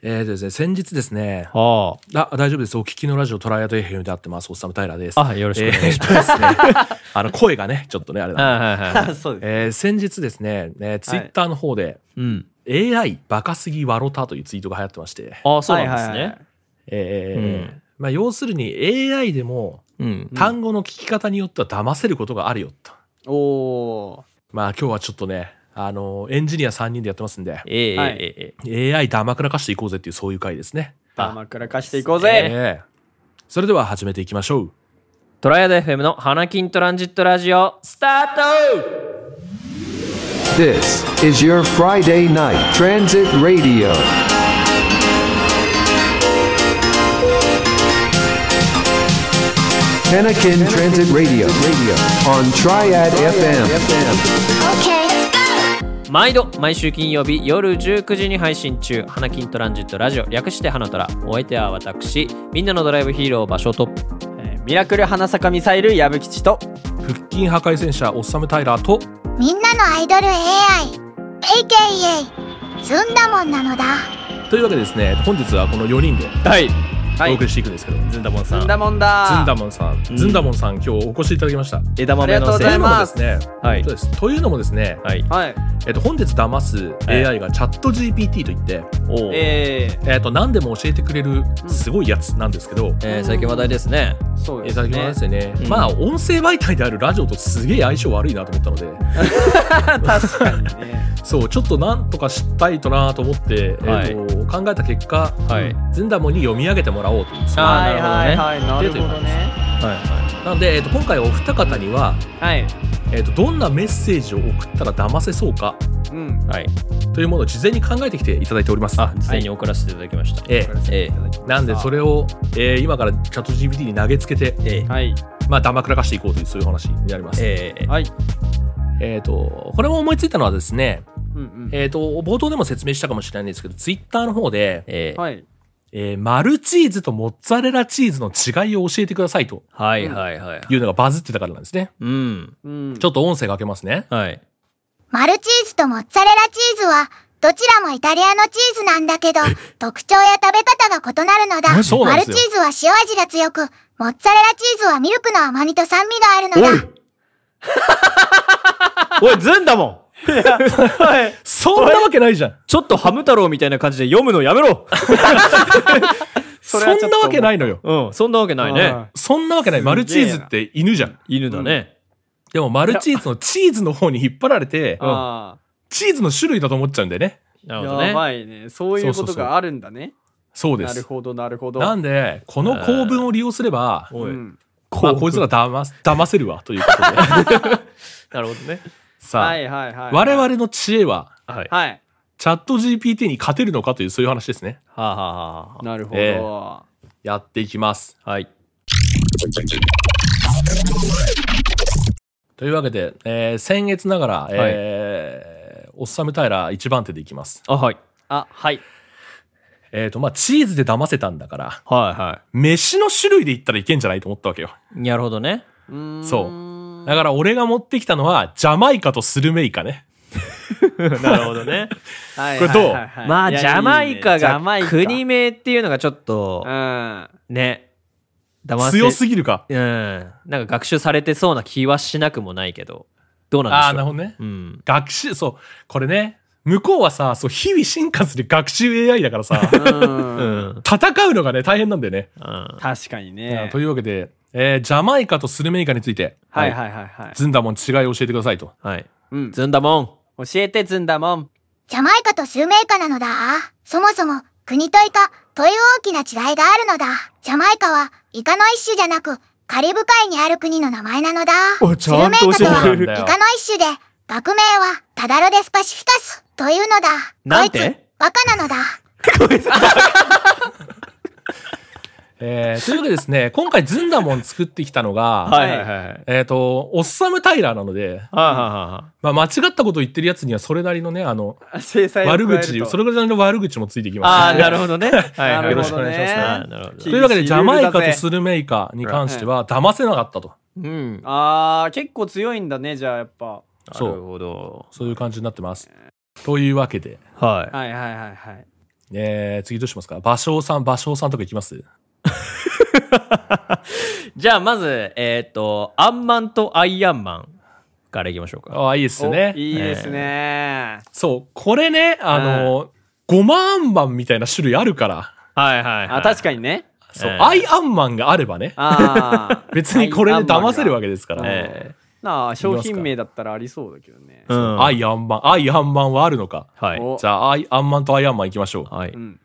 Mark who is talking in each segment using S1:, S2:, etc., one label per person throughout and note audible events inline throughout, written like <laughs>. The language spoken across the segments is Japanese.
S1: えーとですね、先日ですね、
S2: あ
S1: あ、大丈夫です。お聞きのラジオ、トライアドエヘムであってます。おっさむタイラです。
S2: あよろしくお願いし
S1: ます。えーと <laughs> ですね、あの、声がね、ちょっとね、あれ
S2: あ。
S1: だ。
S2: <laughs> はいはいはい。
S3: そうで
S1: え
S3: す。
S1: ー先日ですね、えーツイッターの方で、
S2: うん。
S1: AI バカすぎわろたというツイートが流行ってまして、
S2: <laughs> ああ、そうなんです
S3: はいはい
S2: ね
S3: はい。
S1: えー
S2: うん
S1: まあ、要するに AI でも
S2: うん。
S1: 単語の聞き方によっては騙せることがあるよと。
S3: おお
S1: まあ、今日はちょっとね、あの、エンジニア3人でやってますんで、
S2: えええ
S3: はい
S2: えええ。
S1: AI ダマくらかしていこうぜっていうそういう回ですね。
S3: ー。玉くらかしていこうぜ。
S1: ええそれでは始めていきましょう。
S2: トライアド FM の花金トランジットラジオ、スタート
S4: This is your Friday night transit radio. Panakin Transit Radio on Triad FM.
S2: 毎度、毎週金曜日夜19時に配信中、花金トランジットラジオ、略して花トラ。お相手は私、みんなのドライブヒーロー場所と。
S3: えーミラクル花坂ミサイル矢吹吉と。
S1: 腹筋破壊戦車オッサム・タイラーと
S5: みんなのアイドル AI AKA ずんだもんなのだ
S1: というわけでですね本日はこの4人で
S2: はい。
S3: は
S1: お
S3: い
S1: 送。りしていくんですけど、
S2: ずんだもんさ
S3: ず
S2: ん
S3: ん。だもんだ。
S1: ズンダモンさん、ズンダモンさん今日お越しいただきました
S2: 枝
S3: あり
S2: 豆
S3: がとう
S2: の
S3: ご
S2: せ
S3: ざい
S2: い。
S3: ます
S1: というのもですね、
S2: はい
S1: そうですというのもですね、
S2: はい。
S3: はい。
S1: えっと、本日騙す
S2: ええ
S1: AI がチャット GPT といって、
S2: おうえ
S3: え
S1: えっと、何でも教えてくれるすごいやつなんですけど、
S2: ー最近話題ですね。
S3: ー、そう
S1: えー、
S3: で
S1: 先
S3: す
S1: ほどで
S3: ね。
S1: すよね、
S2: うん
S1: まあ音声媒体であるラジオとすげえ相性悪いなと思ったので
S3: 確かにね。
S1: そうちょっとなんとかしたいとなと思って、えっと考えた結果、
S2: はい
S1: ズンダモンに読み上げてもらおうという
S2: あ
S3: はいは
S2: ー
S3: いはい。なるほ
S1: なるほ
S3: ど
S1: ど
S3: ね。
S2: は
S1: なので、えっと、今回お二方には、
S3: はい。
S1: えっと、どんなメッセージを送ったら騙せそうか
S3: うん。
S2: い。はい。
S1: というものを事前に考えてきていただいております。
S2: あ、事前に送らせていただきました。
S1: ええ
S2: ええ
S1: なんでそれを、えー今からチャット GPT に投げつけて、
S2: ええ
S3: はい。
S1: まあ、だまくらかしていこうというそういう話になります。えっ、
S2: ええ
S3: はい。
S1: と、これも思いついたのはですね、
S3: うんうん。
S1: えっ、と、冒頭でも説明したかもしれないんですけど、ツイッターの方で、
S2: ええ
S3: はい。
S1: えーマルチーズとモッツァレラチーズの違いを教えてくださいと
S2: はいはいはい。
S1: いうのがバズってたからなんですね。
S2: うん。
S3: うん。。
S1: ちょっと音声かけますね。
S2: はい。
S5: マルチーズとモッツァレラチーズはどちらもイタリアのチーズなんだけど特徴や食べ方が異なるのだ
S1: えそうな
S5: マ
S1: んで
S5: ル
S1: す
S5: チ
S1: よ
S5: ーズは塩味が強くモッツァレラチーズはミルクの甘みと酸味があるのだ
S2: おい、ずんだもん
S1: そんなわけないじゃん
S2: ちょっとハム太郎みたいな感じで読むのやめろ
S1: そんなわけないいのよ
S2: うん、そんなわけないね。
S1: そんなわけない。マルチーズって犬じゃん。
S2: 犬だね。
S1: でもマルチーズのチーズの方に引っ張られて、
S3: あ
S1: チーズの種類だと思っちゃうんだよね。
S2: な
S3: あ。
S2: るほどね
S3: や。ばいね。そういうことがあるんだね。
S1: そうで
S3: なる
S1: す。
S3: ほどなるほど。
S1: なんで、この構文を利用すれば、
S2: お
S3: う
S2: い。
S3: ん
S1: まあ、こいつら騙す騙せるわ、という
S3: <laughs>
S1: ことで。
S2: なるほどね。
S1: さあ、
S3: はいはいはい。
S1: 我々の知恵は、
S2: はい。は
S3: はい。
S1: チャット GPT に勝てるのかという、そういう話ですね。
S2: あはあはあは
S3: なるほ
S1: え
S3: ど。
S1: やっていきます。
S2: あはい。
S1: というわけで、えー先月ながら、えー、オッサム・タイラー一番手でいきます。
S2: あ、はい。あ、はい。
S1: えっ、と、まあ、チーズで騙せたんだから、
S2: はいは
S1: 飯の種類で言ったらいけんじゃないと思ったわけよ。
S2: い。なるほどね。
S1: そう。だから俺が持ってきたのは、ジャマイカとスルメイカね。
S2: <laughs> なるほどね。
S3: はい
S1: これどう
S3: はいはいはい
S2: まあ、
S3: い
S2: ジ
S3: や
S2: ャマイカ
S3: いいねジャマイ
S2: が
S3: カ
S2: 国名っていうのがちょっと
S3: う、ん。
S2: ね、騙せ
S1: <laughs> 強すぎる
S2: <laughs>
S1: か。
S2: うん。なんか学習されてそうな気はしなくもないけど、どうなんでしょう
S1: ああー、なるほどね。
S2: うん。
S1: 学習、そう。これね、向こうはさ、そう、日々進化する学習 AI だからさ、
S3: うん
S2: うん。
S1: 戦うのがね、大変なんだよね。
S3: 確かにね
S1: と。いうわけで、えージャマイカとスルメイカについて、
S3: はいはいはいはい。
S1: ずんだもん違いを教えてくださいと。
S2: はい。
S3: うん
S2: ずんだもん。
S3: 教えてずんだもん。 <laughs>
S5: ジャマイカとスルメイカなのだそもそも国とイカという大きな違いがあるのだジャマイカはイカの一種じゃなくカリブ海にある国の名前なのだ
S2: おちゃんと教えて
S5: スルメイカとは
S1: くれる
S5: イカの一種で学名はタダロデスパシフィカスというのだ
S2: なんて
S5: こいつバカなのだ
S1: えーというわけでですね、今回ずんだもん作ってきたのが、
S2: はいはいはいはい。
S1: えっ、と、オッサム・タイラーなので、
S2: あ
S1: まあ、間違ったことを言ってるやつにはそれなりのね、あの、
S3: 制裁を加え
S1: 悪
S3: ると
S1: 口、それぐらいの悪口もついてきます、
S2: あー、なるほどね。はい
S3: な
S2: はい。
S3: る
S2: よろ
S3: ほ
S2: しくお
S3: ど
S2: 願いします。あ
S3: ね
S2: ー。なるほど
S1: というわけで、ジャマイカ
S3: ルールだ
S1: と
S3: ぜ
S1: スルメイカに関しては、騙せなかったと。
S2: うん。
S3: あー、結構強いんだね、じゃあやっぱ。
S2: なるほど。
S1: そういう感じになってます。というわけで、
S2: は
S3: はいはいはいはい。
S1: えー、次どうしますか芭蕉さん、芭蕉さんとか行きます
S2: じゃあ、まず、えーっと、アンマンとアイアンマンからいきましょうか。
S1: ああ、いいですよね。
S3: おいいですね。
S1: そう、これね、あの、ごまあんまんみたいな種類あるから、
S2: はいはい、はい。
S3: あ、確かにね。
S1: そう、
S2: ええ
S1: アイアンマンがあればね、
S3: ああ。
S1: <laughs> 別にこれで騙せるわけですから、
S2: え
S3: なあ、商品名だったらありそうだけどね。
S2: えうん。
S1: アイアンマン、アイアンマンはあるのか。
S2: はい。
S3: お
S1: じゃあ、アイアンマンとアイアンマン行きましょう。
S2: はい。
S3: うん。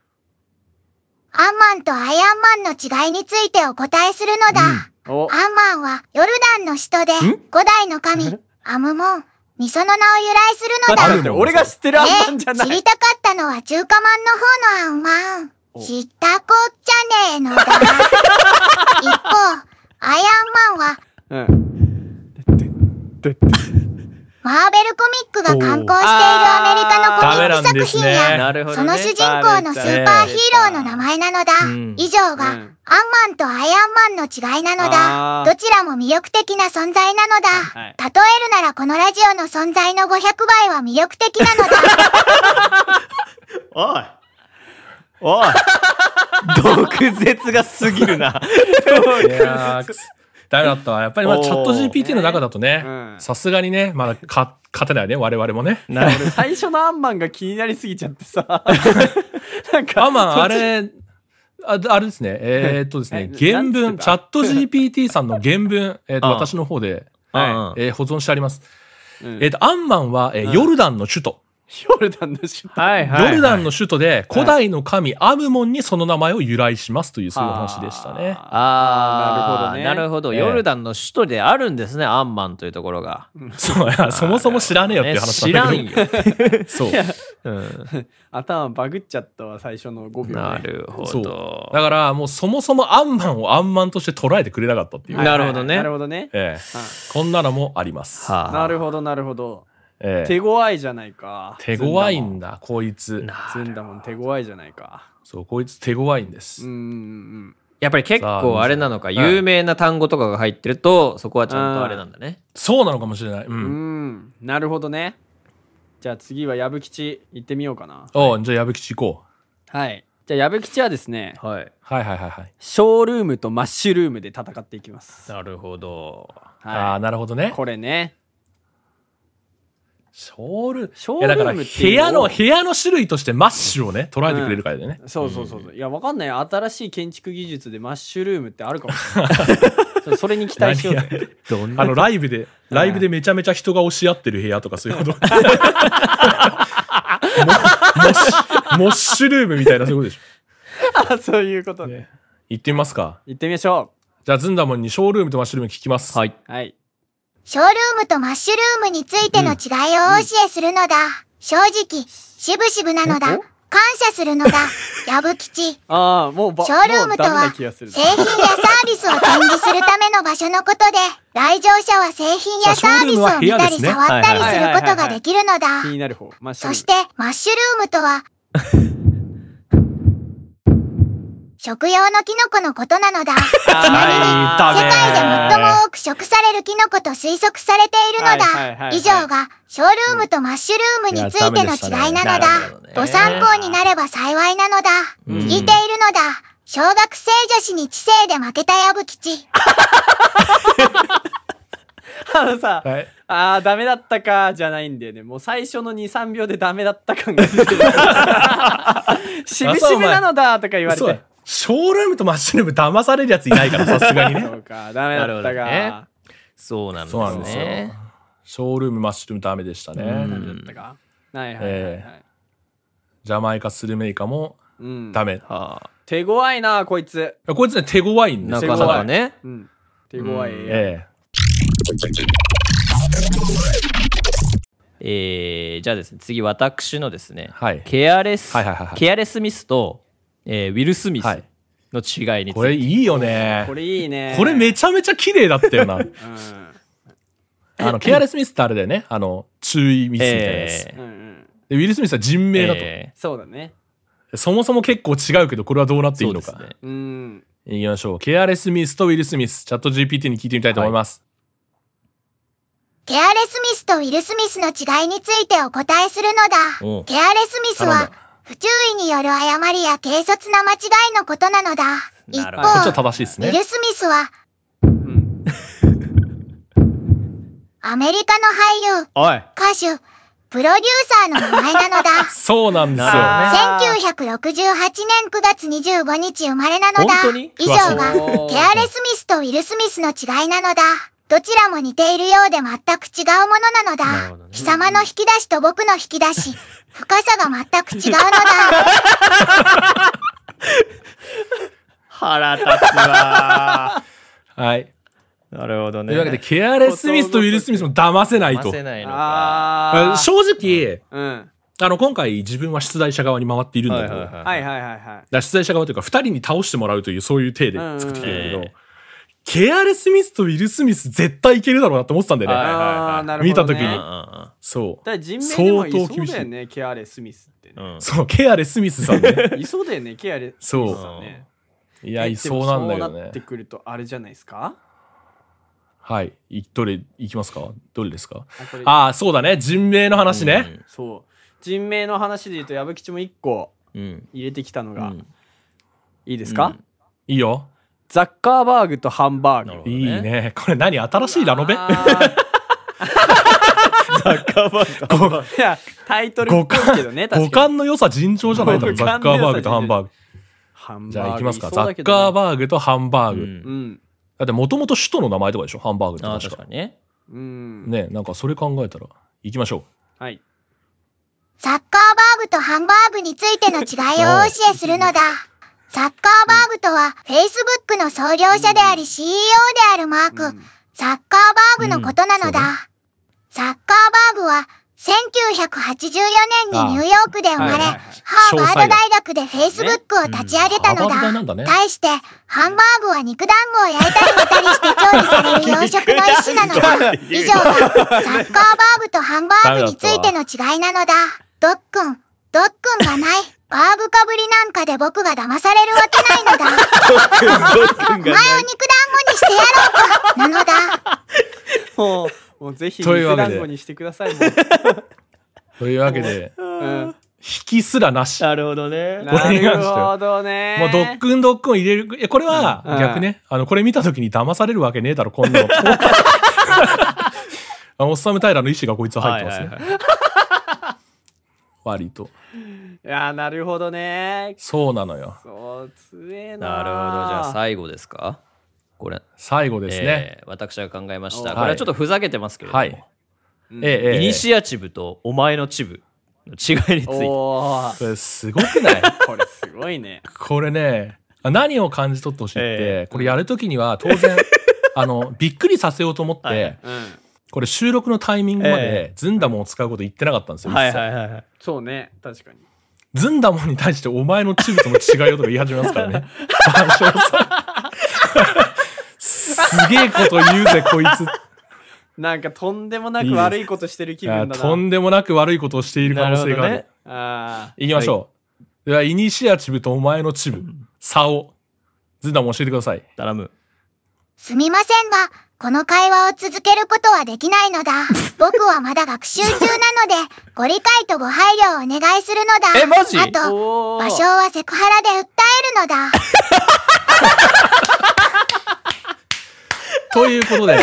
S5: アンマンとアイアンマンの違いについてお答えするのだ。
S3: お、
S5: アンマンはヨルダンの使徒で、古代の神、アムモン、にその名を由来するのだ。
S1: あ
S3: だ
S1: る
S3: って俺が知ってるアンマンじゃな
S5: 知
S3: い。
S5: りたかったのは中華まんの方のアンマン。知ったこっちゃねえのだ。一方、アイアンマンは
S3: うん。
S5: マーベルコミックが刊行しているアメリカのコ
S1: おーあーダ
S5: ミック作品
S1: メなんですね
S5: や、
S2: なるほ
S5: そ
S2: ど、
S5: の
S2: ね。
S5: 主人公のスーパーヒーローの名前なのだ
S2: ん。
S5: 以上が、
S3: う
S5: ア
S3: ん
S5: ンマンとアイアンマンの違いなの
S3: あー
S5: だ。どちらも魅力的な存在なのだ。
S3: はい
S5: 例えるならこのラジオの存在の500倍は魅力的なのだ。
S2: おいおい毒舌がすぎ <laughs> るな。
S1: いやー、くすダメだったわ。やっぱりまあ
S2: おー
S1: チャット GPT の中だと
S3: う
S1: ね
S3: ん、
S1: さすがにね、まだか勝てないね、我々もね。
S2: な
S3: 俺最初のアンマンが気になりすぎちゃっ
S1: <laughs>
S3: てさ。なんか。
S1: あ、まあ、あれ、ああれですね、えーっとですね、
S3: え
S1: 原
S3: なん
S1: 文、
S3: つって
S1: チ
S3: た
S1: ャット GPT さんの原文、えーっと
S2: ああ
S1: 私の方で、
S2: はい
S1: えー保存してあります。
S3: うん
S1: えーっと、アンマンは、えーヨルダンの首都。
S3: <laughs> ヨルダンの首都。
S2: はいはい。
S1: ヨルダンの首都で、古代の神アムモンにその名前を由来しますという、そういう話でしたね。
S2: ああ、
S3: なるほどね
S2: なるほど。
S1: ええ
S2: ヨルダンの首都であるんですね、アンマンというところが。
S1: そういやそもそも知らねえよっていう
S2: ね
S1: 話
S2: 知
S1: な
S2: ら
S1: んだ
S2: ん
S1: けど。
S2: <laughs> よ。
S1: そう。
S2: うん
S3: 頭バグっちゃったわ、最初の5秒、ね。
S2: なるほ
S1: そう。
S2: ど。
S1: だから、もうそもそもアンマンをアンマンとして捉えてくれなかったっていう。
S3: はいはい
S2: なるほどね
S3: なるほどね。
S1: ええこんなのもあります。
S2: はあ
S3: なるほど、なるほど。
S1: ええ
S3: 手強いじゃないか。
S1: 手強いんだ、こいつ。
S3: ずんだもん。ずんだもん手強いじゃないか。
S1: そう、こいつ手強いんで
S3: うん
S1: す。
S3: うんうん。
S2: やっぱり結構あれなのか、有名な単語とかが入ってると、そこはちゃんとあれなんだね。
S1: そうなのかもしれない。う。
S3: うんん、なるほどね。じゃあ次は矢吹吉行ってみようかな。
S1: おうじゃあ、矢吹吉行こ
S3: はい。じゃあ矢吹吉はですね、
S2: はい。
S1: う。はいはいはいはい。
S3: ショールームとマッシュルームで戦っていきます。
S2: なるほど。
S1: あ
S3: は
S1: あ、なるほど
S3: い。
S1: ね。
S3: これね。
S1: ショールーム。
S3: ショー
S1: いや、
S3: ル
S1: だか
S3: ー
S1: ら、
S3: ム
S1: 部
S3: っていう
S1: 屋
S3: を
S1: の、部屋の種類としてマッシュをね、捉えてくれるからでね。
S3: そうそうそうそう。いや、わかんない。新しい建築技術でマッシュルームってあるかもしれ
S2: <laughs>
S3: ない。それに期待しようぜ。
S2: どん
S1: あの、ライブで、ライブでめちゃめちゃ人が押し合ってる部屋とかそういうこと。もモッシュルームみたいなそういうことでしょ。
S3: あ <laughs> そういうことね。
S1: 行ってみますか。
S3: 行ってみましょ
S1: じゃあ、ズンダモンにショールームとマッシュルーム聞きます。
S2: はい。
S3: う。はい。
S5: ショールームとマッシュルームについての違いをお教えするのだ。正直、しぶしぶなのだ。感謝するの <laughs> だ。矢吹吉。
S3: ああ、もうば、
S5: ショールームと
S3: もうダメ
S5: は、
S3: な気
S5: 製
S3: がす
S5: 品
S3: る
S5: やサービスを展示するための場所のことで、来場者は製品やサービスを見たり触ったりすることができるのだ。
S3: 気になる方。マッシュルー
S5: そ
S3: ム
S5: し。て、マッシュルームと <laughs> は、食用のキノコのことなのだ。ちなみに、世界で最も多く食されるキノコと推測されているの
S3: はいはいはいは
S5: だ。
S3: い
S5: 以上が、ショールームとマッシュルームについての違いなのだ
S2: いやダメでしたねなるほどね。
S5: ご参考になれば幸いなのだ。聞いているのだ。小学生女子に知性で負けた矢吹吉。
S3: あのさ、
S1: はい
S3: ああ、ダメだったか、じゃないんだよね。もう最初の2、3秒でダメだった感
S1: <laughs>
S3: が出てる。しぶしぶなのだとか言われて。
S1: そう
S3: そう
S1: だショールームとマッシュルーム騙されるやついないから、さすがにね。
S3: か、ダメだったか。
S2: なそうなんです
S1: そうなんですよ
S2: ね。
S1: ショールーム、マッシュルームダメでした
S3: ダ
S1: ね。
S3: メだったか。はいはいはい、はい
S1: ジャマイカスルメイカも
S3: うん。
S1: ダメ。
S2: は
S3: 手強いな、こいつ。
S1: こいつね、手強いん
S2: あ。
S1: で
S2: な
S1: す
S2: か
S1: よ。
S2: なかね。
S3: うん。手強い。
S1: え
S2: えー、じゃあですね、次私のですね、
S1: はい
S2: ケアレス、
S1: はいはいはいはい
S2: ケアレスミスと、えーウィル・スミス
S1: はい
S2: の違い
S1: え
S2: について。
S1: これいいよね
S3: こ。れいいね。
S1: これめちゃめちゃ綺麗だった
S2: <laughs>
S1: よな。
S3: うん。
S1: あの、ケアレスミスってあれだよね。あの、注意ミスみたいなやつ。
S2: え
S3: うんうん。
S1: でウィル・スミスは人
S2: ー
S1: 名だと、
S2: え
S3: そうだね。
S1: そもそも結構違うけど、これはどうなっ
S2: ー
S1: ていい
S2: そ
S1: うの
S2: で
S1: か。
S2: すね。
S3: うん。
S1: いきましょう。ケアレスミスとウィル・スミス、チャット GPT に聞いてみたいと思います。
S5: ケアレスミスとウィル・スミスの違いについてお答えするの
S2: おう
S5: だ。ケアレスミス
S1: 頼んだ
S5: は、不注意による誤りや軽率な間違いのことなのだ。一
S2: なるほど
S1: こっちは
S5: 方、
S1: 正しいです
S5: ウィ
S1: ね
S5: ル・。スミスは
S3: うん。
S5: アメリカの俳優、
S2: おい
S5: 歌手、プロデューサーの名前なのだ。
S2: <laughs>
S1: そうなんですよ。
S3: あ
S5: 1968年9月25日生まれなのだ
S2: 本当に。
S5: 以上
S3: うわ
S5: が
S3: そう、
S5: ケアレスミスとウィル・スミスの違いなのだ。どちらも似ているようで全く違うものなの
S2: なるほ
S5: だ
S2: どね。
S5: 貴様の引き出しと僕の引き出し、深さが全く違うのだ。
S2: 腹立つわ
S1: はい。
S2: なるほど
S1: と
S2: ね
S1: いうわけで、ケアレス・スミスとウィル・スミスも騙せないと。
S2: せないのか
S3: あー。
S1: 正直、
S3: うん。
S1: あの、今回自分は出題者側に回っているんだけど、
S2: はい
S1: だ
S2: はいはい
S1: か
S3: はいはいはいはい。
S1: ら出題者側というか、二人に倒してもらうという、そういう体で作ってきてるんだけど、
S2: うんうん
S1: ケアレス・スミスとウィル・スミス絶対いけるだろうなって思ってたんだよね。
S2: はい
S3: あーなるほどね
S1: 見た時
S2: うん
S1: に
S2: うん
S1: そう
S3: だか。ら人名でもいそうだよね、ケアレ・スミスってね。
S2: うんうん
S1: そう、ケアレス・スミスさん
S2: <laughs>
S1: ね。
S3: いそうだよね、ケアレ・スミスさんね。
S1: い
S3: い
S1: や、いそうなんだけど
S3: そうな
S1: ね
S3: って。くるとあれじゃないで
S1: <laughs>
S3: すか
S1: はい。いどれ、いきますかどれですか
S3: あこれ
S1: ああ、そうだね。人名の話ね。
S3: そう。人名の話で言うと、矢吹吉も一個
S2: うん
S3: 入れてきたの
S2: う
S3: が、
S2: ん
S3: いいですか、
S2: うん
S1: いいよ。
S3: ザッカーバーグとハンバーグ。
S1: いいね。これ何新しいラノベ
S3: <laughs>
S2: カ
S3: あ
S2: バー
S1: ご
S3: ーいや、タイトルっぽ
S1: 五
S3: い
S1: 感
S3: けどね、、
S1: 五
S3: 確かに。
S1: 感の良さ尋常じゃないだろ。
S3: 五
S1: ザッ
S3: 感
S1: カ
S3: の
S1: ーバーグ
S3: 良さ
S1: とハンバーグ。
S3: ハンバーグ
S1: じゃあ行きますか。
S3: いそ
S1: ザ
S3: うだ
S1: ッ
S3: けどね
S1: カーバーグとハンバーグ。
S2: グ
S3: うん。
S1: だってもともと首都の名前とかでしょハンバーグって
S2: あー
S1: 確
S2: 確
S1: か。
S2: かにね
S3: うん。
S1: ねなんかそれ考えたら。行きましょう。
S3: はい。
S5: サッカーバーグとハンバーグについての違いをお教えするのだ。サッカーバーグとは、Facebook の創業者であり CEO であるマーク、サッカーバーグのことなのだ。サッカーバーグは、1984年にニューヨークで生まれ、
S3: ああはいはいはい
S5: ハーバ
S1: 詳
S5: ー
S1: 細
S5: ド
S1: が
S5: 大学で Facebook を立ち上げたの
S1: うんハーバード大なん
S5: だ。
S1: だね
S5: 対して、ハンバーグは肉団子を焼いたり煮たりして調理される洋食の一種なのだ。以上が、サッカーバーグとハンバーグについての違いなのだ。ドックン、ドックンがない。バーグかぶりなんかで僕が騙されるわけないのだ。お前を肉団子にしてやろうか。なのだ。
S3: もう、もうぜひ、
S1: というわ
S3: 肉
S1: けで
S3: 団子にしてくださいね。
S1: というわけで、
S3: うん。
S1: 引きすらなし。も
S2: なるほどね
S1: これに関しては
S3: なるほどね。
S1: うドックンドックン入れる。え、これは
S3: うん
S1: 逆ね。あの、これ見た時に騙されるわけねえだろ、こんな
S3: <laughs>
S1: の。あおっさむ平の意思がこいつは入ってますね。
S2: はいはいはい
S1: 割と。
S3: いやー、なるほどね。
S1: そうなのよ。
S3: そう、つえな
S2: な
S3: ー
S2: るほどじゃあ最後ですかこれ
S1: 最後ですね。
S2: えー私が考えまし
S3: は
S2: た
S3: い
S2: これはちょっとふざけてますけれども、
S1: はい。ええええ
S2: イニシアチブとお前のチブの違いについて
S3: おー
S1: これすごく
S2: <laughs>
S1: ない
S3: これすごいね。
S1: これね、あ何を感じ取ってほしいって、
S2: え
S1: これやるときには当
S2: <laughs>
S1: 然、あの、びっくりさせようと思って、
S2: はい
S3: うん。
S1: これ収録のタイミングま
S2: え
S1: でズンダモンを使うこと言ってなかったんですよ。
S2: はい
S1: 実は
S2: はいはいはい
S3: そうね、確かに。
S1: ズンダモンに対してお前のチブとの違いよとか言い始めますから
S2: <laughs>
S1: ね。 <laughs> 番匠さんすげえこと言うぜ、こい
S2: <laughs>
S1: つ。
S3: なんかとんでもなく悪いことしてる気
S1: いや
S3: 分だな。
S1: とんでもなく悪いことをしている可能性があ
S2: なるほど
S1: る
S2: ね。
S3: あ
S1: いきましょう。では、イニシアチブとお前のチブ、差を、ズンダモン教えてください。
S2: 頼む
S5: すみませんが、この会話を続けることはできな
S2: <laughs>
S5: いのだ。僕はまだ学習中なので、ご理解とご配慮をお願いするのだ。
S2: えマジ
S5: あ
S3: ー
S5: と、
S3: おー
S5: 場所はセクハラで訴えるのだ。
S1: ということで、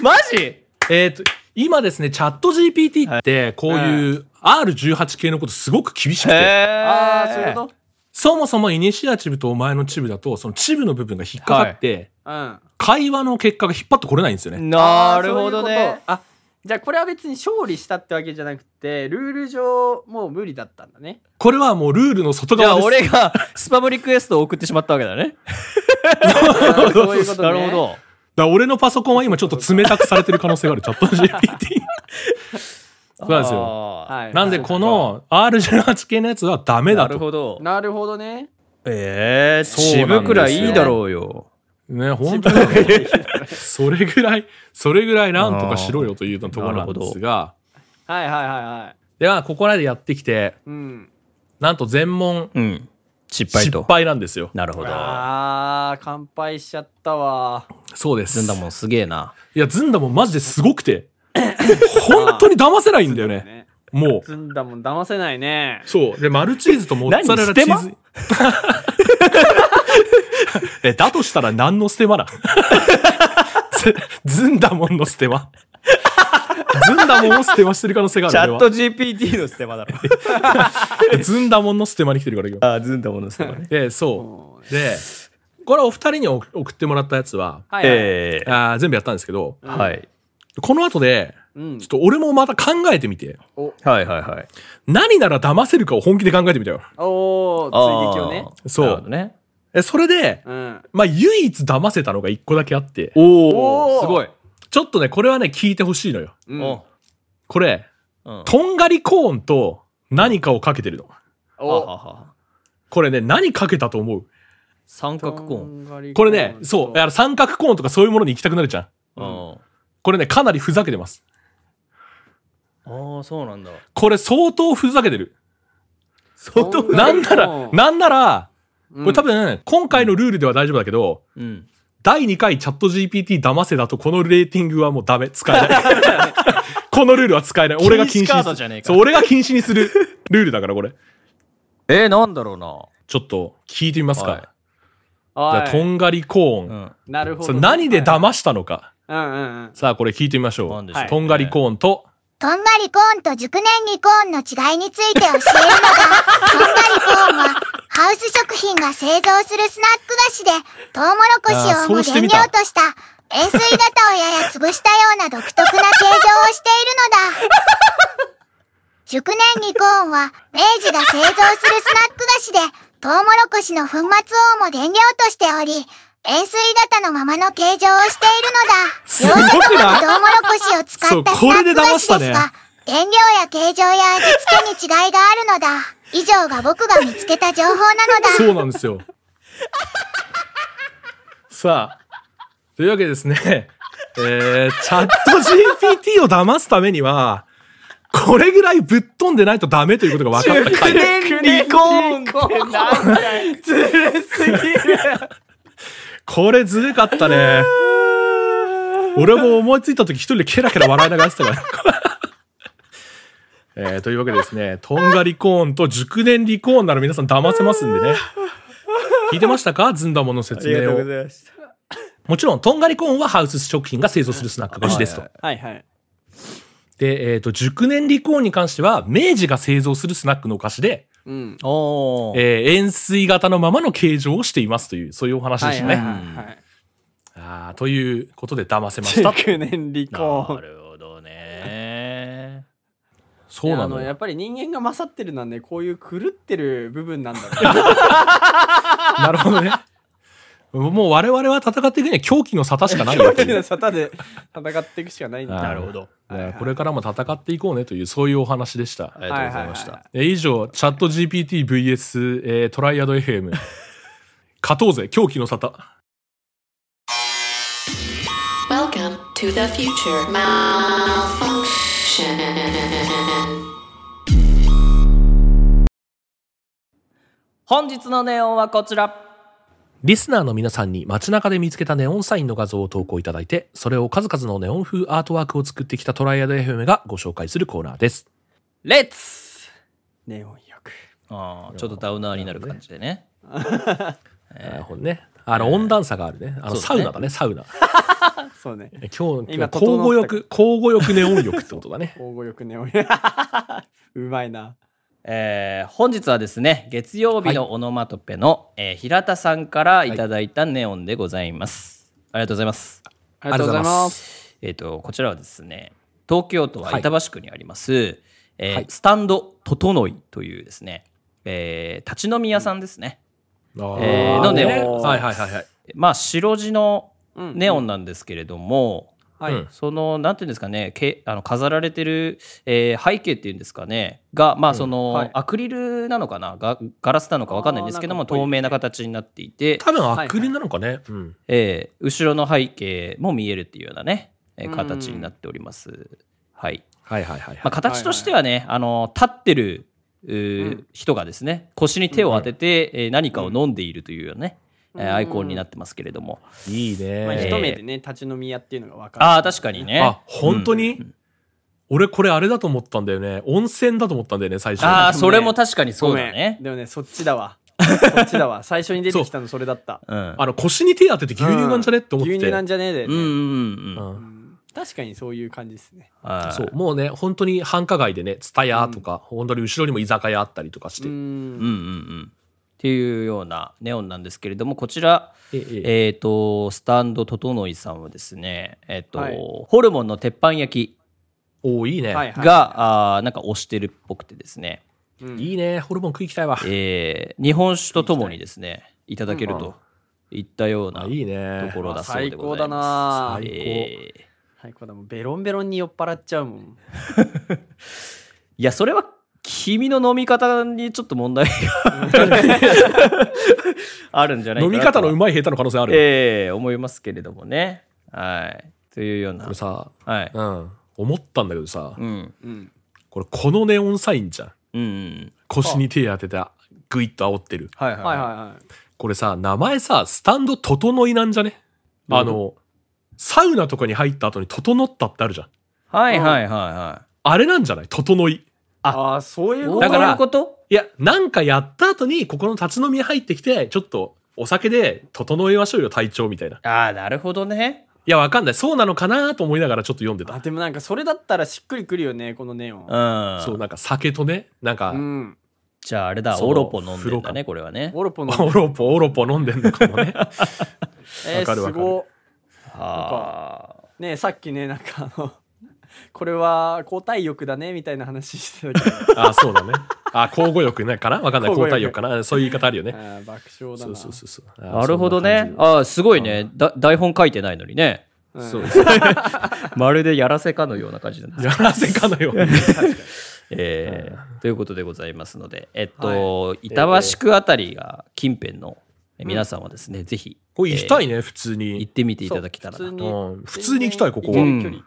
S2: マジ
S1: えっと、今ですね、チャット GPT って、こういう R18 系のことすごく厳しくて、
S3: ああ、そういうこと
S1: そもそもイニシアチブとお前のチブだと、そのチブの部分が引っかかって、
S3: うん。
S1: 会話の結果が引っ張ってこれないんですよね。
S2: なるほど
S3: あーそういうこ
S2: ね
S3: とあじゃあこれは別に勝利したってわけじゃなくてルール上もう無理だったんだね
S1: これはもうルールの外
S2: じゃあ
S1: 側です。
S2: 俺がスパムリクエストを送ってしまったわけだ <laughs> ね。
S3: あーそういうことね
S2: なるほど。
S1: だから俺のパソコンは今ちょっと冷たくされてる可能性がある、チャット GPT。そうなんですよ。
S2: は
S3: はい
S1: なんで
S3: はい
S1: この R18 系のやつはダメ
S2: な
S1: だ
S2: る
S1: と。
S2: ほど。
S3: なるほどね
S2: ええー、
S1: そう
S2: チ
S1: なんですよ
S2: ブくらいいいだろうよ。
S1: ね、本当に。 <laughs> それぐらい、それぐらいなんとかしろよというようなところなんですが、
S3: はいはいはいはい
S1: では、ここらでやってきて、
S3: うん
S1: なんと全問
S2: うん。失敗
S1: 失
S2: と。
S1: 敗なんですよ。
S2: なるほど。
S3: あー乾杯しちゃったわ
S1: そうです。
S2: ずんだもんすげえな。
S1: いや、ずんだもんマジですごくて、本当に騙せないんだよね。
S3: ね
S1: もう。
S3: ずんだもん騙せないね。
S1: そう。で、マルチーズとモッツァレラチ
S2: 何
S1: ー
S2: ス
S1: ズ。え、だとしたら何のステマだず、 <laughs> ずんだもんのステマ。ずんだもんをステマしてる可能性があ
S2: チ
S1: る
S2: ャ
S1: 俺
S2: ッ
S1: は
S2: ト GPT のステマだろ。
S1: ずんだもんのステマに来てるから今。
S2: ああ、ずんだもんのステマね。
S1: で、そう。で、これお二人にお送ってもらったやつは、
S3: はい、はい
S2: <laughs> ええ
S1: あー全部やったんですけど、
S2: はい。
S1: この後で、
S3: うん
S1: ちょっと俺もまた考えてみて、
S2: はいはいはい。
S1: 何なら騙せるかを本気で考えてみたよ。
S3: お
S2: あー
S3: ー、追撃をね。
S1: そう
S2: なるほどね。
S1: えそれで、
S3: うん。
S1: まあ、唯一騙せたのが一個だけあって、
S2: お
S3: おー
S2: すごい。
S1: ちょっとね、これはね、聞いてほしいのよ。
S3: うん
S2: お
S1: これ、
S2: うん
S1: とんがりコーンと何かをかけてるの。
S2: あは
S3: お
S2: は
S1: これね、何かけたと思う
S2: 三角コーン。
S3: ン
S1: これね、そう、だから三角コーンとかそういうものに行きたくなるじゃん。
S2: うん
S1: これね、かなりふざけてます。
S2: ああ、そうなんだ。
S1: これ相当ふざけてる。
S2: 相当。
S1: なんな
S3: う
S1: ら、
S3: ん
S1: なんなら、
S3: う
S1: こ
S3: ん
S1: れ多分、今回のルールでは大丈夫だけど、
S2: うん。
S1: 第2回チャット GPT 騙せだとこのレーティングはもうダメ。使えない。
S2: <laughs>
S1: このルールは使えない。俺が禁止
S2: 禁止カード
S1: に
S2: じゃねえ
S1: す
S2: か
S1: そう、俺が禁止にするルールだから、これ。
S2: えー、なんだろう
S1: ちょっと、聞いてみますか。
S2: はい
S1: じ
S3: は
S1: ゃあ、と
S3: い
S1: んがりコーン。
S2: な。うん。
S3: なるほ
S1: そ
S3: ど
S1: れ
S3: ね。
S1: 何で騙したのか。
S3: うんうんうん。
S1: さあ、これ聞いてみましょ
S2: なん
S1: う。
S2: でしょうね
S1: とんがりコーンと、
S5: とんがりコーンと熟年離婚の違いについて教えるのが、とんがりコーンは、ハウス食品が製造するスナック菓子で、トウモロコシ
S1: あー
S5: を
S1: そう
S5: 主
S1: して
S5: 原
S1: み
S5: 料
S1: た
S5: とした、円錐型をやや潰したような独特な形状をしているのだ。熟年離婚は、明治が製造するスナック菓子で、トウモロコシの粉末をも原料としており、円錐型のままの形状をしているのだ。
S1: すごくない
S5: 養殖のトウモロコシを <laughs> 使ったス
S1: そうこ
S5: ナ
S1: れで
S5: ック
S1: 騙
S5: 菓
S1: し
S5: 子
S1: た
S5: で
S1: ね
S5: すが、原料や形状や味付けに違いがあるのだ。以上が僕が見つけた情報なの
S1: <laughs>
S5: だ。
S1: そうなんですよ。さあ、というわけでですね、えー、チャット GPT を騙すためには、これぐらいぶっ飛んでないとダメということが分かった回。
S3: 離婚ってなんだよ
S1: <laughs>
S3: ずるすぎる。
S1: これずるかったね。俺も思いついた時一人でケラケラ笑いながらやってたから。えー、というわけでですね、とんがりコーンと熟年離婚なら皆さん騙せますんでね。聞いてましたかずんだもの説明を。
S2: ざいました。
S1: もちろん、とんがりコーンはハウス食品が製造するスナック菓子ですと。
S3: はいはい。
S1: で、えっ、と、熟年離婚に関しては、明治が製造するスナックのお菓子で、
S3: うん。
S2: おー。
S1: えー円錐型のままの形状をしていますという、そういうお話で
S3: は
S1: し
S3: い
S1: た
S3: は
S1: ね。
S3: いはい。
S1: あーということで騙せました。
S3: 熟年離
S2: な
S3: 婚。
S2: るほどね。 <laughs>
S1: そうなの
S3: いやあ
S1: よ
S3: やっぱり人間が勝ってるのはね、こういう狂ってる部分なんだ
S1: <laughs>
S3: ろうね
S1: なるほどね。 <laughs> もう我々は戦っていくには狂気の沙汰しかないよ
S3: 狂気の沙汰で <laughs> 戦っていくしかないんだ。
S1: な
S2: なるほど。
S1: だからこれからも戦っていこうねという、そういうお話でした
S2: あ。りがとうございました。
S3: はい
S1: え以上、チャット GPTVS、えートライアド FM。勝とうぜ、狂気の沙汰。
S6: Welcome to the future. Malfunction.
S2: 本日のネオンはこちら。
S1: リスナーの皆さんに街中で見つけたネオンサインの画像を投稿いただいて、それを数々のネオン風アートワークを作ってきたトライアド FM がご紹介するコーナーです。
S3: レッツネオン浴。
S2: あーちょっとダウナーになる感じでね。
S1: なるほどね。あの、温暖差があるね。あの、サ
S2: そう
S1: ウ
S2: だね
S1: ナだね、サウナ。
S3: <laughs> そうね。
S1: え今日、今
S3: 今
S1: 日交互
S3: 整った
S1: 浴、交互浴ネオン浴ってことだね。
S3: 交互浴ネオン浴。うまいな。
S2: えー本日はですね、月曜日のオノマトペの、えー平田さんからいただいたネオンでございます。ありがとうございます。
S3: <laughs> ありがとうございます。
S2: えっ、と、こちらはですね、東京都は板橋区にあります、えー
S1: はい
S2: スタンドととのいというですね、えー立ち飲み屋さんですね。
S1: あー
S2: えーのネオンでござ
S1: はいいはいはいはい。
S2: まあ、白地の
S3: うん
S2: ネオンなんですけれども、
S3: はい。
S1: うん
S2: その、なんていうんですかね、けあの飾られてる、えー背景っていうんですかね、が、まあ、その、
S3: はい
S2: アクリルなのかな、がガラスなのかわかんないんですけども、
S3: あーなんかっぽい
S2: 透明な形になっていて、
S1: 多分アクリルなのかね。うん。
S2: えー後ろの背景も見えるっていうようなね、えー
S3: うん
S2: 形になっております。はい。
S1: はいはいはいは
S2: まあ、
S1: い。
S2: 形としてはね、あの立ってるうー
S3: うん
S2: 人がですね腰に手を当てて、えー何かを飲んでいるというようなね、えーアイコンになってますけれども、
S1: いい
S3: まあ、
S1: ね。
S3: 一目でね、立ち飲み屋っていうのが分かる。
S2: ああ確かにね
S1: あ、本当に俺これあれだと思ったんだよね。温泉だと思ったんだよね、最初。
S2: ああ、
S3: でもね
S2: それも確かにそうだ
S3: ごめ
S2: ね
S3: ん。でもねそっち
S1: <laughs>
S3: だわそっちだわ最初に出てきたのそれだった
S2: うん。
S1: あの、腰に手当てて牛乳なんじゃねって思って。
S3: 牛乳なんじゃねえで、
S2: うんうん
S1: う
S2: う。
S1: んん
S3: 確かにそういう感じですね
S2: はい
S1: そう、もうね、本当に繁華街でね、ツタヤとか、本当に後ろにも居酒屋あったりとかして。
S3: うん
S2: うんうんうん。っていうようなネオンなんですけれども、こちら、
S1: え
S2: え
S1: え
S2: ーと、スタンドととのいさんはですね、えっ、と、
S3: はい
S2: ホルモンの鉄板焼
S1: おおいいね、
S3: はい
S2: きが、
S3: は
S2: あーなんか推してるっぽくてですね、
S1: いいね、ホルモン食い行きたいわ。
S2: えー日本酒とともにですね、いただけるといったような
S1: あ
S2: と
S1: いいね
S2: ころだそう
S3: 最
S2: でご
S3: 高
S2: ざ
S3: だ
S2: います。
S3: な
S1: 最高
S2: えー
S3: 最高だもうベロンベロンに酔っ払っちゃうもん
S2: いや、それは君の飲み方にちょっと問題が <laughs> あるんじゃないか
S1: 飲
S2: な
S1: み方の
S2: う
S1: うまい下手の可能性ある。
S2: ええ思いますけれどもね。はい。というような
S1: これ。さ、
S2: はい。
S1: うん、思ったんだけどさ、
S2: うん。
S3: うん
S1: これこのネオンサインじゃん。
S2: うんうん。
S1: 腰に手当てて、ぐいっと煽ってる。
S2: はい
S3: はいはい
S2: い。
S3: はい
S1: これさ、名前さ、スタンド整いなんじゃねあの、サウナとかに入った後に整ったってあるじゃん。
S2: はいはいはいは
S1: あれなんじゃない整い。
S3: ああーそういう
S2: い。
S3: こ
S1: だ
S2: だ
S3: と
S1: か
S2: からら、こと
S1: いや、なんかやった後に、ここの立ち飲みに入ってきて、ちょっと、お酒で整えましょうよ、体調みたいな。
S2: ああ、なるほどね。
S1: いや、わかんない。そうなのかなと思いながらちょっと読んで
S3: あ
S1: た。
S3: でもなんかそれだったらしっくりくるよねこのネオ
S2: う
S3: ン
S2: ん。
S1: そう、なんか酒とね、なんか
S3: う、ん
S2: じゃああれだ、
S1: そう
S2: オロポ飲んでん
S1: 風
S2: だ
S1: 呂か
S2: ね、これはね。
S3: オロポの
S1: オロポ、オロポ飲んでんのかもね。
S3: え
S1: <laughs>
S3: ー、
S1: わかるわかる
S3: すご
S2: ああ。
S3: ねえさっきねなんかあのこれは交代浴だねみたいな話してたけ
S1: <laughs>
S3: ど
S1: あ、そうだね。あ、交互欲ね、かなわかんない。
S3: 交
S1: 交
S3: 互
S1: 代
S3: 欲
S1: 欲かなそういう言い方あるよ
S3: あ
S1: ね。
S3: ー爆笑だ
S1: そ
S3: な
S1: うそうそうそう。あ
S2: なるほどね。
S1: そんな感
S2: ああ、すごいね。だ台本書いてないのにね。
S1: じそうです。
S2: まるでやらせかのような感じなん
S1: <laughs>
S2: です
S1: やらせか
S3: <laughs>
S1: のように。
S2: えーということでございますので、えっと、板橋区あたりが近辺の皆さんはですね、ぜひ
S1: これ行きたいね、普通に
S2: 行っ。てみていただけたら
S3: そう
S2: な
S3: 普
S2: と。
S3: 通に
S1: うん普通に行きたいここは
S3: 行ける距離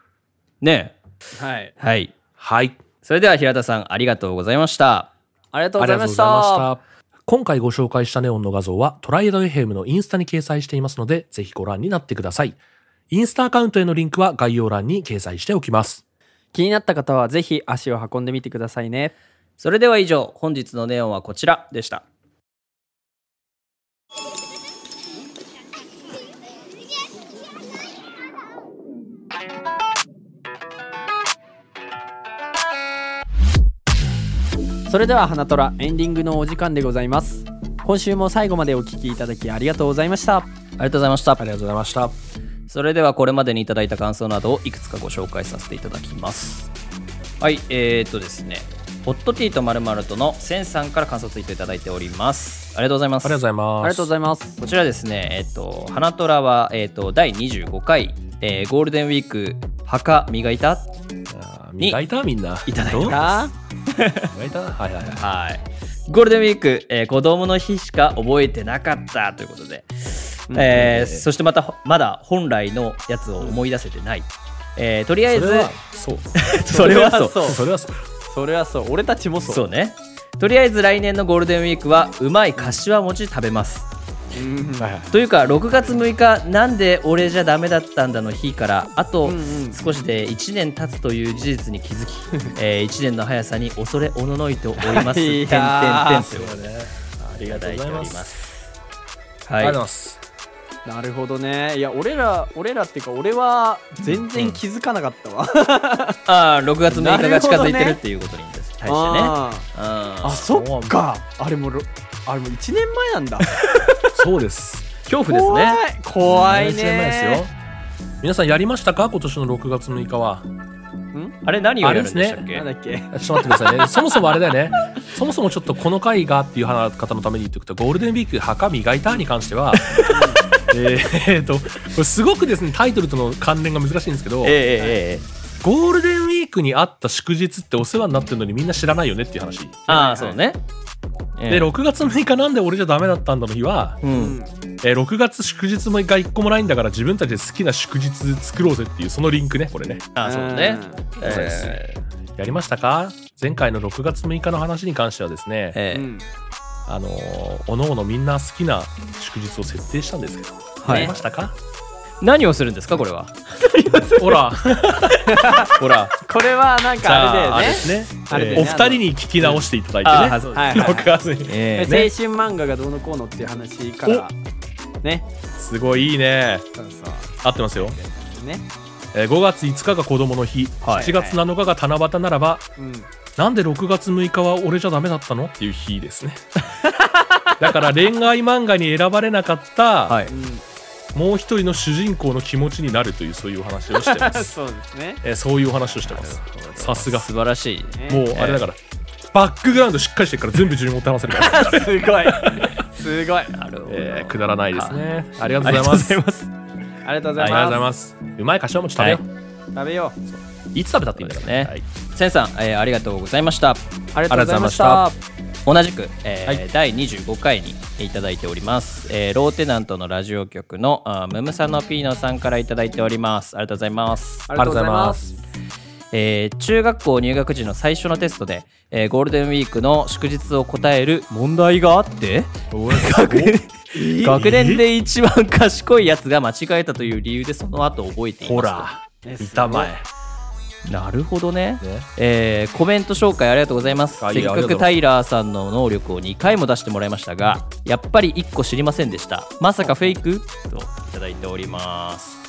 S2: ね
S3: はい
S2: はい。
S1: はい。
S2: それでは平田さん、ありがとうございました。
S3: ありがとう
S1: あ
S3: ご
S1: りが
S3: ざい
S1: とう
S3: ま
S1: ご
S3: し
S1: ざいましたた。今回ご紹介したネオンの画像は、トライエドエヘムのインスタに掲載していますので、ぜひご覧になってください。インスタアカウントへのリンクは概要欄に掲載しておきます。
S3: 気になった方はぜひ足を運んでみてくださいね
S2: それでは以上、本日のネオンはこちらでした。
S3: それでは花虎エンディングのお時間でございます今週も最後までお聞きいただきありがとうございました
S2: ありがとうございました。
S1: ありがとうございました。
S2: それではこれまでにいただいた感想などをいくつかご紹介させていただきますはいえー、っとですねホットティーとまるまるとのセンさんから感想ツイートいただいておりますありがとうございます
S1: ありがとうございます。
S3: ありがとうございます
S2: こちらですね、えっと、花虎は、えっと、第25回、えーゴールデンウィーク、墓磨いた
S1: あー磨いたみんな。
S2: いただいた
S1: どう
S3: あ
S1: 磨いたはいはいはい。
S2: はい。ゴールデンウィーク、えー子供の日しか覚えてなかったということで、えーそしてまた、まだ本来のやつを思い出せてない。えーとりあえ
S1: そ
S2: ず、
S1: れは、そう。
S2: <laughs> それはそう。
S1: それはそう。
S3: それはそう俺たちもそう
S2: そうね。とりあえず来年のゴールデンウィークはうまい柏餅食べます。
S1: はいはい
S2: というか6月6日なんで俺じゃダメだったんだの日からあと少しで1年経つという事実に気づき、え1年の速さに恐れおののいておりますてんてんて
S3: い
S2: んと
S3: やー
S2: いうことで
S1: ありが
S2: いた
S1: とう
S2: だ
S1: ご
S2: いて
S1: ざい
S2: お
S1: ま。
S2: りますす
S1: あ
S2: は
S1: り
S2: い
S1: がとうございます。
S3: なるほどねいや俺ら俺らっていうか俺は全然気づかなかったわ、
S2: ああ6月6日が近づいて
S3: なるほどね
S2: るっていうことに対してね
S3: あ
S2: うん
S3: ーあそっかあれもろあれも1年前なんだ
S1: そうです。
S2: 恐怖ですね
S3: 怖い怖い
S1: 1年前です
S3: ね
S1: よ。皆さんやりましたか今年の6月6日は。
S2: あれ何をやるんでしたっけ、
S3: なんだっけ
S1: ちょっと待ってくださいね。そもそもあれだよね。そもそもちょっとこの回がっていう方のために言っておくと、ゴールデンウィーク墓磨いたに関しては、えーっと、これすごくですね、タイトルとの関連が難しいんですけど、
S2: ええええええ
S1: ゴールデンウィークにあった祝日ってお世話になってるのにみんな知らないよねっていう話。
S2: ああそうね、え
S1: で、6月6日なんで俺じゃダメだったんだの日は、
S2: うん、
S1: えー6月祝日もが一個もないんだから自分たちで好きな祝日作ろうぜっていうそのリンクね、これね。
S2: ああそうね
S1: んそうですやりましたか前回の6月6日の話に関してはですね、
S2: ええ
S3: うん
S1: あのー、おのおのみんな好きな祝日を設定したんですけど、
S2: はい
S1: やりましたか
S2: 何をするんですかこれは
S1: ほら、
S2: ほら
S3: これはなん
S1: じゃ
S3: かあれだ
S1: あ
S3: よ
S1: あれ
S3: ね
S1: ですね。
S3: あれだよ
S1: お
S3: ね
S1: 二人に聞き直していただい
S2: あ
S1: て
S2: あ
S1: ね。
S2: そう
S3: は
S2: で
S3: いはい
S1: の
S3: はい
S1: かず <laughs> に
S2: え
S3: 青
S2: ーね
S3: 春漫画がどうのこうのっていう話からね
S1: すごいいいね。
S3: そうそ
S1: 合ってますよ。
S3: うね
S1: えー5月5日が子供の日、
S2: はい
S1: 7月7日が七夕ならば、
S3: うん
S1: なんで6月6日は俺じゃダメだったのっていう日ですね。 <laughs> だから恋愛漫画に選ばれなかった、
S2: はい
S1: もう一人の主人公の気持ちになるというそういうお話をしてま
S3: うん
S1: す。
S3: そうですね
S1: えーそういうお話をしてます。さすが。
S2: 素晴らしいね
S1: もうあれだから、バックグラウンドしっかりしてるから全部順持って話せるから、
S3: すごいすごい
S2: なるほど
S1: えーくだらないですね。ありがと
S2: あ
S1: う
S2: り
S1: ご
S2: が
S1: ざい
S2: とうご
S1: ます。
S2: ざいます
S3: あり
S1: ありがとう
S3: がとうござい
S1: ござい
S3: ま
S1: ます。うまい柏餅食べよう。
S3: す食べよう
S1: いつ食べたっていいんだからね。
S2: そう
S1: は
S2: で
S1: い
S2: センさん、えーありがとうございました
S3: ありがとうございまし
S2: ありがとうございま
S3: た
S2: 同じく、え
S1: は
S2: ー
S1: い
S2: 第25回にいただいております、えーローテナントのラジオ局のあームムサノピーノさんからいただいておりますありがとうございます
S3: ありがとうございます
S2: えー中学校入学時の最初のテストで、えーゴールデンウィークの祝日を答える問題があって学年学年で一番賢いやつが間違えたという理由でその後覚えていますと
S1: ほら、見たまえ。
S2: なるほどね
S1: ね
S2: えーコメント紹介ありがとうございます
S1: あい
S2: せ
S1: え
S2: っか
S1: ありがと
S2: く
S1: うござ
S2: タイラーさんの能力を2回も出してもらいましたがやっぱり1個知りませんでしたまさかフェイクといただいております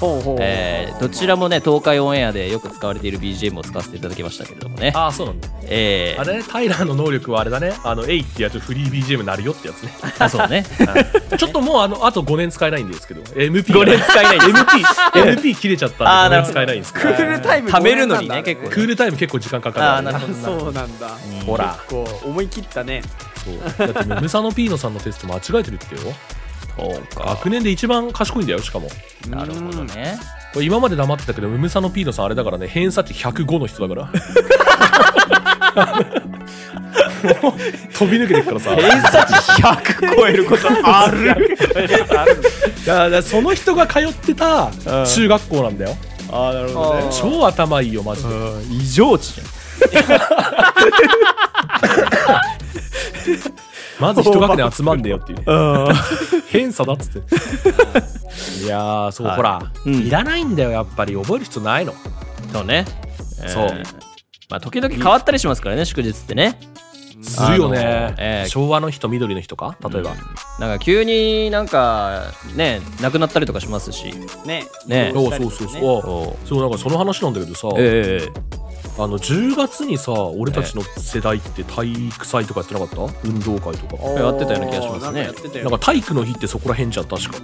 S3: ほうほう
S2: えーどちらもね東海オンエアでよく使われている BGM を使わせていただきましたけれどもね
S1: ああ、そうなんだ。
S2: えー
S1: あれね、タイラーの能力はあれだね。あの、エイってやつフリー BGM になるよってやつね。
S2: <laughs> あそうね
S1: ちょっともうあの、あと5年使えないんですけど、MP。5年使えない MP、MP 切れちゃったんで
S2: あ
S1: 5
S2: ー
S1: 年使えないんですけ
S3: ク
S1: ど。
S3: ールタイム
S2: 貯めるのにね
S3: ごめんなんだ
S2: 結構
S1: クールタイム結構時間か
S2: あ
S1: か
S2: あ
S1: る
S2: な
S1: か
S2: る
S1: ら
S2: ほ
S1: ね。
S2: どな
S3: <laughs> そうなんだ
S1: ほら。
S3: こう思い切ったね
S1: そうだってね、ムサノピーノさんのテスト間違えてるってよ。
S2: そうか
S1: 学年で一番賢いんだよ、しかも。
S2: なるほどね
S1: これ今まで黙ってたけど、ムムサノピーノさんあれだからね、偏差値105の人だから。 <laughs> 飛び抜けてくからさ。
S2: <laughs> 偏差値100超えることある
S1: い
S3: <laughs>
S1: やだからその人が通ってた中学校なんだよ。
S2: あなる
S3: ほどね
S1: 超頭いいよ、マジで。
S2: 異常値 <laughs>
S1: まず一学年集まんでよっていうね。 <laughs> 偏差だっつって。いやー、そう、
S2: はい
S1: ほら、
S2: うん
S1: いらないんだよ、やっぱり。覚える必要ないの。
S2: そうね、えー
S1: そう
S2: まあ時々変わったりしますからね祝日ってね
S1: するよね、
S2: ええ
S1: 昭和の日と緑の日とか、例えば。
S2: なんか急になんかねなくなったりとかしますし
S3: ね
S2: ね
S1: おうそうそうそう。
S2: そ
S1: あそう、なんかその話なんだけどさ、
S2: ええ
S1: あの10月にさ、俺たちの世代って体育祭とかやってなかった運動会とか。
S2: やってたような気がしますね
S3: なんかやってた
S1: なん
S3: よ
S1: か体育の日ってそこら辺じゃん、確か。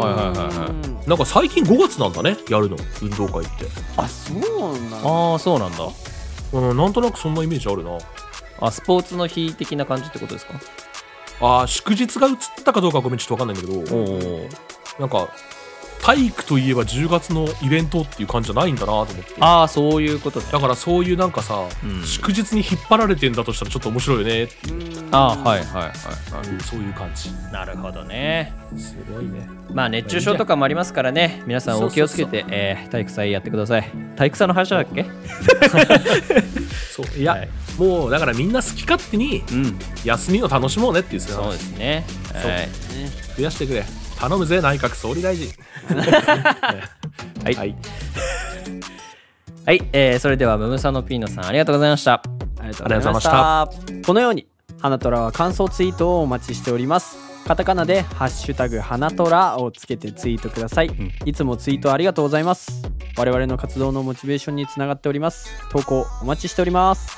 S2: はいはいはいはい
S3: い
S1: なんか最近5月なんだね、やるの、運動会って。
S3: あそうなんだ
S2: ああそうなんだ
S1: うん、なんとなくそんなイメージあるな。
S2: あスポーツの日的な感じってことですか
S1: あー祝日が移ったかどうかはごめんちょっとわかんないんだけどなんか体育といえば10月のイベントっていう感じじゃないんだなと思って
S2: ああそういうことね
S1: だからそういうなんかさ、
S2: うん
S1: 祝日に引っ張られてんだとしたらちょっと面白いよねって
S2: ああはいはいはいは
S1: いうそういう感じ
S2: いなるほどね
S1: すごいね
S2: まあ熱中症とかもありますからね皆さんお気をつけてえー体育祭やってください体育祭の話だっけ
S1: そういや、
S2: はい
S1: もうだからみんな好き勝手に
S2: うん
S1: 休みを楽しもうねっていう
S2: そうですねはい
S1: 増やしてくれ頼むぜ内閣総理大臣
S2: はい
S1: はい、
S2: はい、えーそれではムムサノピーノさんありがとうございました
S3: ありがとうございましたこのように花虎は感想ツイートをお待ちしておりますカタカナで「ハッシュタグ花虎」をつけてツイートください、いつもツイートありがとうございます我々の活動のモチベーションにつながっております投稿お待ちしております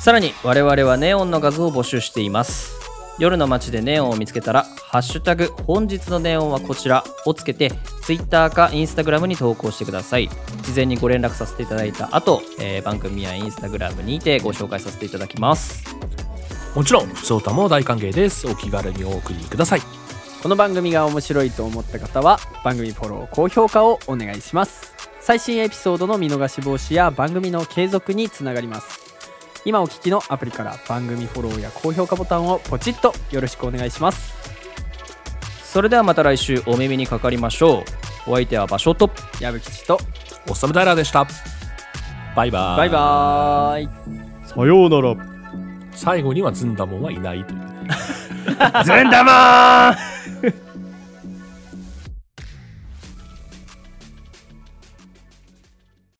S2: さらに我々はネオンの画像を募集しています夜の街でネオンを見つけたら「ハッシュタグ本日のネオンはこちら」をつけて Twitter か Instagram に投稿してください事前にご連絡させていただいた後、えー番組や Instagram にてご紹介させていただきます
S1: もちろん普通歌も大歓迎ですお気軽にお送りください
S3: この番組が面白いと思った方は番組フォロー高評価をお願いします最新エピソードの見逃し防止や番組の継続につながります今お聞きのアプリから番組フォローや高評価ボタンをポチッとよろしくお願いします
S2: それではまた来週お耳にかかりましょうお相手は場所と
S3: 矢吹吉と
S1: おっさむダイラーでしたバイバーイ
S3: バイバーイ
S2: さようなら
S1: 最後にはずんだもんはいないという
S2: ずんだもー